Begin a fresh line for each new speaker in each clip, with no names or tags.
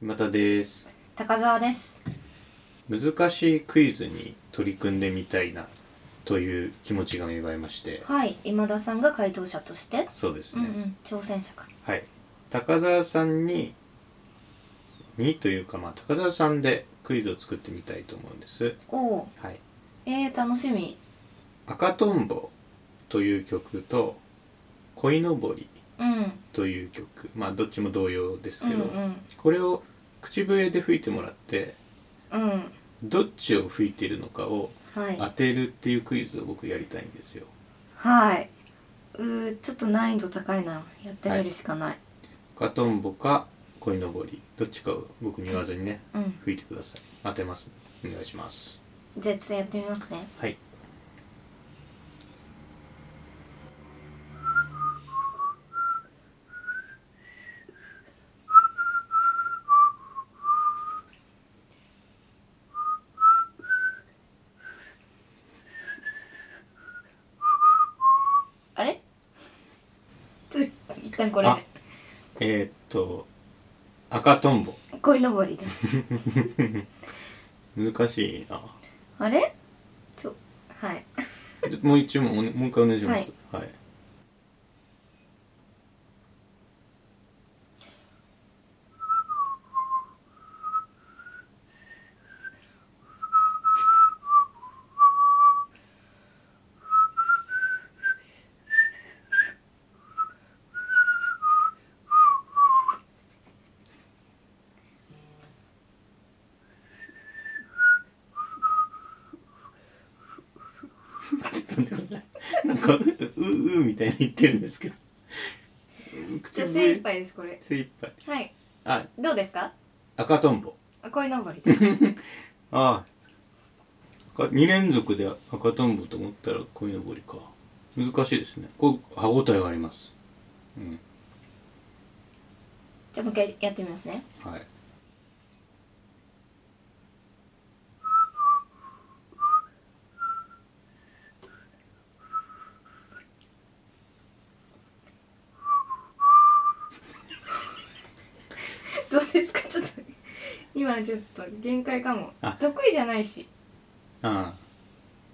またです
高澤です
難しいクイズに取り組んでみたいなという気持ちが芽生えまして
はい今田さんが回答者として、
そうです
うん
ね、
うん挑戦者か
はい高澤さんににというかまあ高澤さんでクイズを作ってみたいと思うんです
おお
はい
えー、楽しみ
「赤とんぼ」という曲と「鯉のぼり
うん」
という曲まあどっちも同様です
うん
けど、これを口笛で吹いてもらって
うんうん
どっちを吹いているのかを
はい
当てるっていうクイズを僕やりたいんですよ
はいうーちょっと難易度高いなやってみるしかない、
ガトンボか鯉のぼりどっちかを僕に言わずにね
うん
吹いてください当てますお願いします
じゃあちょっとやってみますね
はい
あれちょっと一旦これ
あえー、っと赤トンボ
鯉のぼりです
難しいな
あれちょはい
ちょもう一問おねもう一回お願いしますはい、ちょっと待ってくださいなんかうううみたいに言ってるんですけど
じ
口
ゃあ
笛
精一杯ですこれ
精一杯
はい
あ
どうですか
赤トンボ
鯉のぼりです
ああ2連続で赤とんぼと思ったら鯉のぼりか難しいですねこう歯応えがありますうん
じゃあもう一回やってみますね
はい
どうですかちょっと今ちょっと限界かも
あ
得意じゃないし
あ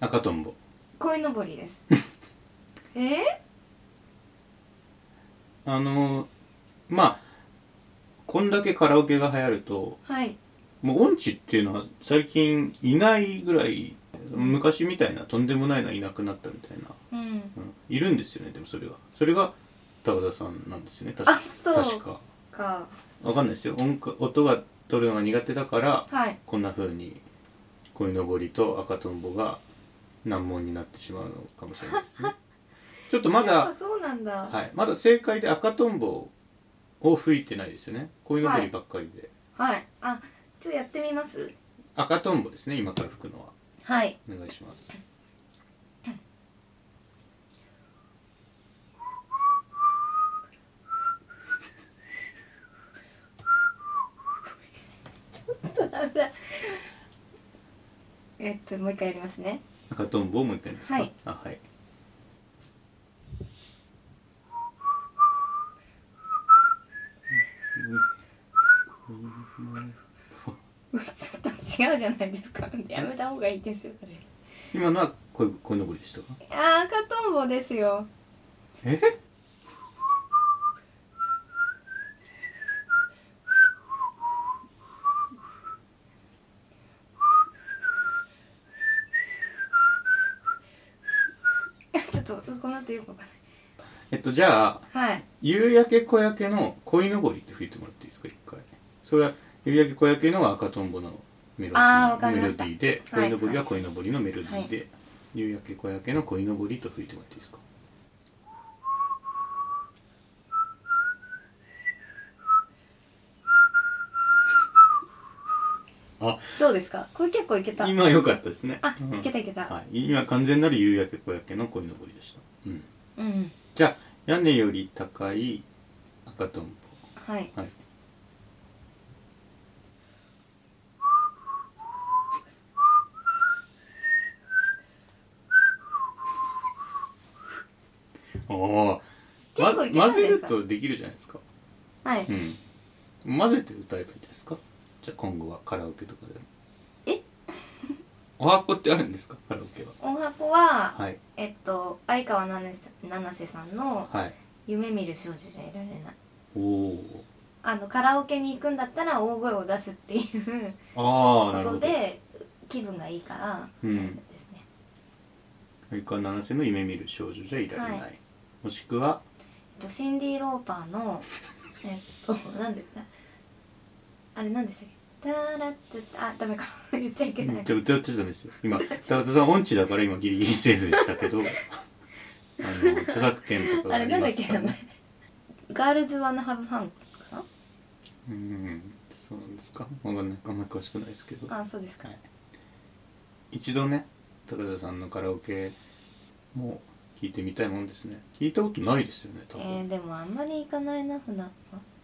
あ赤とんぼ
鯉のぼりです えー、
あのーまあこんだけカラオケが流行ると
はい
もう音痴っていうのは最近いないぐらい昔みたいなとんでもないのはいなくなったみたいな、
うん
うん、いるんですよねでもそれがそれが高田さんなんですよね確か
あそう
確か
か
わかんないですよ音か音が取るのが苦手だから
はい
こんな風に鯉のぼりと赤とんぼが難問になってしまうのかもしれないです ねちょっとま
やっ
だ
ぱ、そうなんだ、はい、
はい、まだ正解で赤とんぼを吹いてないですよね鯉のぼりばっかりで、
あちょっとやってみます
赤とんぼですね今から吹くのは
はい
お願いします
ダメだえっともう一回やりますね
赤とんぼをもう一回ですか
はい
あはい
うわちょっと違うじゃないですかやめた方がいいですよそれ
今のは鯉鯉のぼりでしたか
あー赤とんぼですよ
え
ちょっとこの後よくわかん
えっとじゃあ
ないはい
夕焼け小焼けの鯉のぼりって吹いてもらっていいですか一回それは夕焼け小焼けのは赤とんぼのメロディ
あーわ
ー
かり
メ
ま
ロデ
した
ィーで
は
鯉
い
のぼりは鯉のぼりのメロディーで、夕焼け小焼けの鯉のぼりと吹いてもらっていいですか
どうですかこれ結構いけた
今良かったですね
あ、
うん
いけたいけた、
はい、今完全なる夕焼け小焼けの鯉のぼりでした、うん、
うん
じゃあ屋根より高い赤とんぼ
はい
はいおお、
結構いけた
ま、
ん
混ぜ
で
る
すか
とできるじゃないですか。
はい、
うん。混ぜて歌えばいいですかじゃあ今後はカラオケとかでも
え
お箱ってあるんですかカラオケは
音箱は、
はい
えっと相川七瀬七瀬さんの
はい
「夢見る少女じゃいられない」
おお
あのカラオケに行くんだったら大声を出すっていう
ああ
こ
なるほど
とで気分がいいから
うん
ですね、
相川七瀬の夢見る少女じゃいられない、
は
もしくは
えっと、シンディ・ローパーのえっとなんであれなんでしたっけタラッツあダメか言っちゃいけない
じゃあ歌っちゃダメですよ今高田さん音痴だから今ギリギリセーフでしたけ どあの著作権とかが
あ
あ
れ
り
なんだ
ま
っ
す
け
から
名前ガールズ・ワン・ハブ・ファンか
うんそうなんですかわかんないあんまり詳しくないですけど
なあそうですか、
はい一度ね高田さんのカラオケも聞いてみたいもんですね聞いたことないですよね多
え
分、
ー、でもあんまり行かないな船は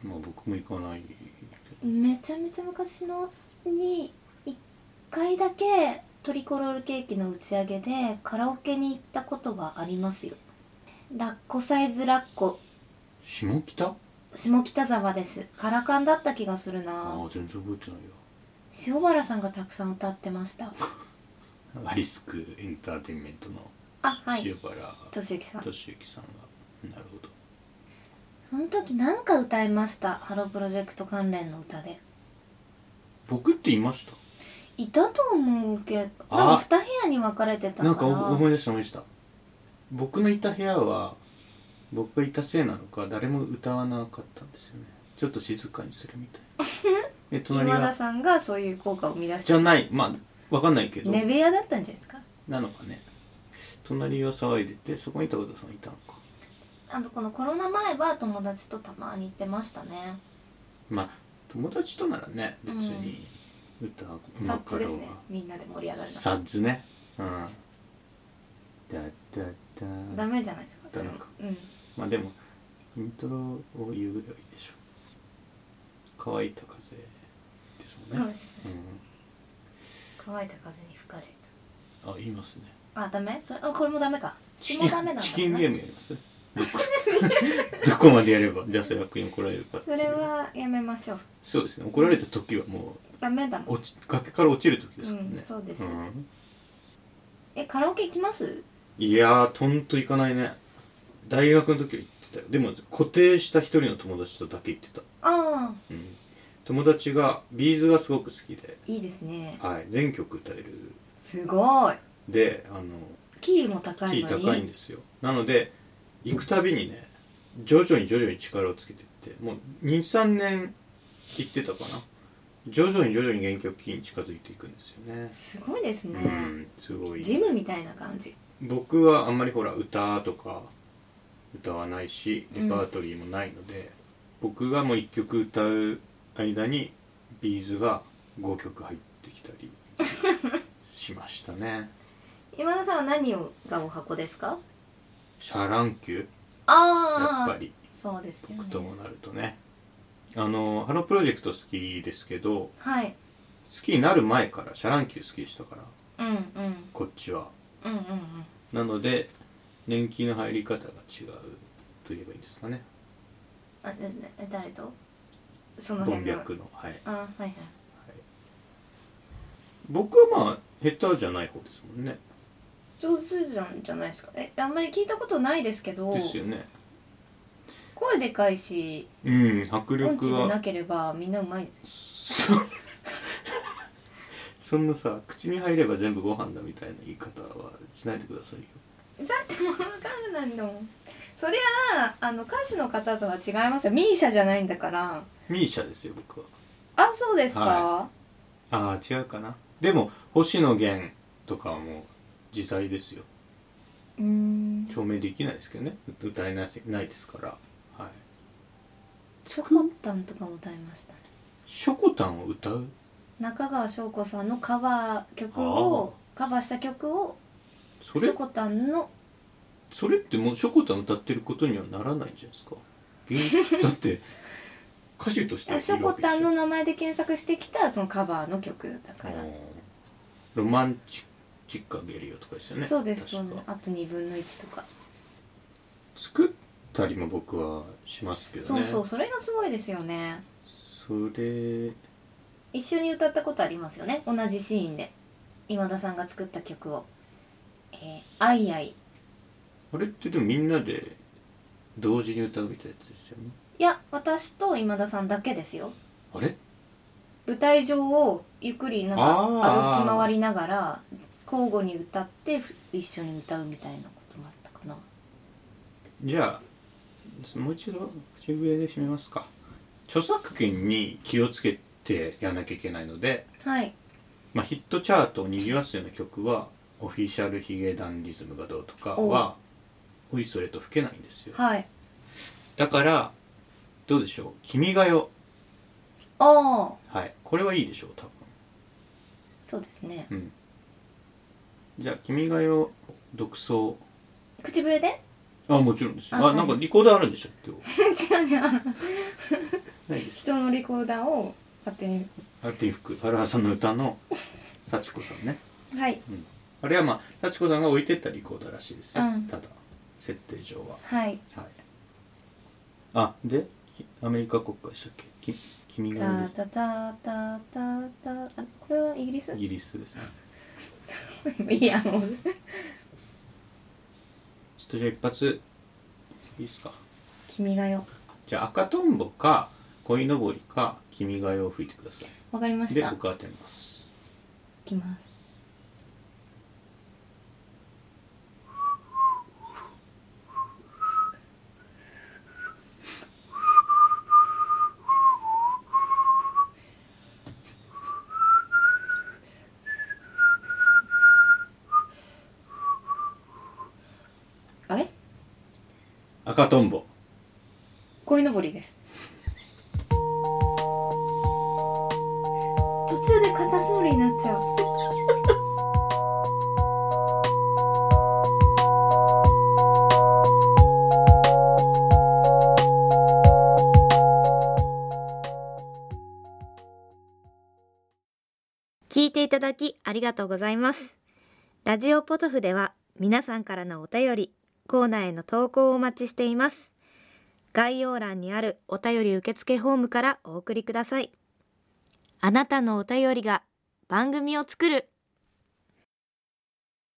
まあ僕も行かないけ
めちゃめちゃ昔のに1回だけトリコロールケーキの打ち上げでカラオケに行ったことはありますよラッコサイズラッコ
下北あ
下北沢ですカラカンだった気がするな
あ全然覚えてないよ
塩原さんがたくさん歌ってました
アリスクエンターテインメントの
あはい
塩原
俊之さん
俊之さんがなるほど
その時なんか歌いましたハロープロジェクト関連の歌で
僕っていまし
いたと思うけど
あ
なんか2部屋に分かれて
た
たか
な
ら
んかお思い出した思い出した僕のいた部屋は僕がいたせいなのか誰も歌わなかったんですよねちょっと静かにするみたい なで隣
今田
が
さんがそういう効果を生み出して
じゃないまあわかんないけど、
寝部屋だったんじゃないですか
なのかね隣は騒いでてそこに高田さんいたのか
あとこのコロナ前は友達とたまに行ってましたね
まあ友達とならね別に歌う
サ
ま
ッ
か
ツ
ろ
です
う
ね
が
みんなで盛り上がる
サッズねうん
サッ
だだだ
のダメじゃないですかそれ
ダ
は
メか
うん
まあでもイントロを言うぐらいでしょ乾いた風ですもん
そう
ね、
ですそうです乾いた風に吹かれる
うん、あ言いますね
あダメそれあこれもダメか
チ
血
キ
も
ン
ダメなんだ
チキンゲームやりますど こまでやればジャスラックに怒られるかってい
そうれはやめましょう
そうですね怒られた時はも
ダメだ
う
もん
落ち崖から落ちる時ですからね、
うんそうです
ん
えカラオケ行きます
いやーとんといかないね大学の時は行ってたよでも固定した一人の友達とだけ行ってた、
ああ
うん、友達がビーズがすごく好きで、
いいですね
はい、全曲歌える
すごい
であの
キーも高
キ
い
ー
のに
高いんですよなので行くたびにね徐々に徐々に力をつけてってもう23年行ってたかな徐々に徐々に原曲キーに近づいていくんですよね
すごいです
う
ね、
んすごい
ジムみたいな感じ
僕はあんまりほら歌とか歌わないしレパートリーもないので、僕がもう1曲歌う間にビーズが5曲入ってきたりしました ね
今田さんは何をがお箱ですか
シャランキューや
あ
っ
あ
ぱり
そうですよね
ともなるとねあのハロープロジェクト好きですけど
はい
好きになる前からシャランキュー好きでしたから
うんうん
こっちは
うんうんうん
なので年季の入り方が違うと言えばいいんですかね
あええ誰とその
文
辺の
脈のはい
あはいはい
僕はまあ下手じゃない方ですもんね
上手じゃんじゃないですかえあんまり聞いたことないですけど
ですよね
声でかいし
うん迫
音痴
力
でな
は
ければみんなうまいです
そ そんなさ口に入れば全部ご飯だみたいな言い方はしないでくださいよ
だってもう分かんないんだもんそりゃああの歌手の方とは違いますよミーシャじゃないんだから
ミーシャですよ僕は
あそうですか、
はああ違うかなでも星野源とかはもう自在ですよ
うーん
証明できないですけどねう歌えないないですからはい
チョコタンとかも歌いましたね
ショコタンを歌う
中川翔子さんのカバー曲をカバーした曲を
そ
チ
れ
ョコタンの
それってもうショコタン歌ってることにはならないんじゃないです か原だって歌手として
あ
は
ショコタンの名前で検索してきたそのカバーの曲だ
あ
か
ー
ら、
ロマンチックあげるよとかですよね
そうですそう
確
です
か
あと2分の1とか、
作ったりも僕はしますけど
そう
ね
そうそれがすごいですよね
それ
一緒に歌ったことありますよね同じシーンで今田さんが作った曲を「えー、アイアイ」
あれってでもみんなで同時に歌うみたいなやつですよね
いや私と今田さんだけですよ
あれ
舞台上をゆっくりなんか
あー
歩き回りながら交互に歌ってふ一緒に歌うみたいなこともあったかな
じゃあもう一度口笛で締めますか著作権に気をつけてやらなきゃいけないので、
はい
まあ、ヒットチャートをにぎわすような曲はオフィシャルヒゲダンディズムがどうとかはおいそれと吹けないんですよ
はい
だからどうでしょう「君が代
ああ」
はいこれはいいでしょう多
そうですね
分うんじゃあ「君が代」独奏
口笛で
あもちろんですよ
あ
あ
はい
なんかリコーダーあるんでしたっけ今日
違う違う
ないです
人のリコーダーを勝手に
アルティフク原さんの歌の幸子さんね
はい
あれはまあ幸子さんが置いてったリコーダーらしいですよ、
うん
ただ設定上は
はい
はいあできアメリカ国歌でしたっけき君が代
タ
で
タタタタタあこれはイギリス
イギリスですね
いやもう
ちょっとじゃあ一発いいっすか
「君が代
じゃあ赤とんぼか鯉のぼりか君が代を吹いてくださ」
わかりま
い
し
で
たい
僕当てます
きますあれ
赤とんぼ
鯉のぼりです途中でカタツムリになっちゃう聞いていただきありがとうございますラジオポトフでは皆さんからのお便りコーナーへの投稿をお待ちしています概要欄にあるお便り受付フォームからお送りください。あなたのお便りが番組を作る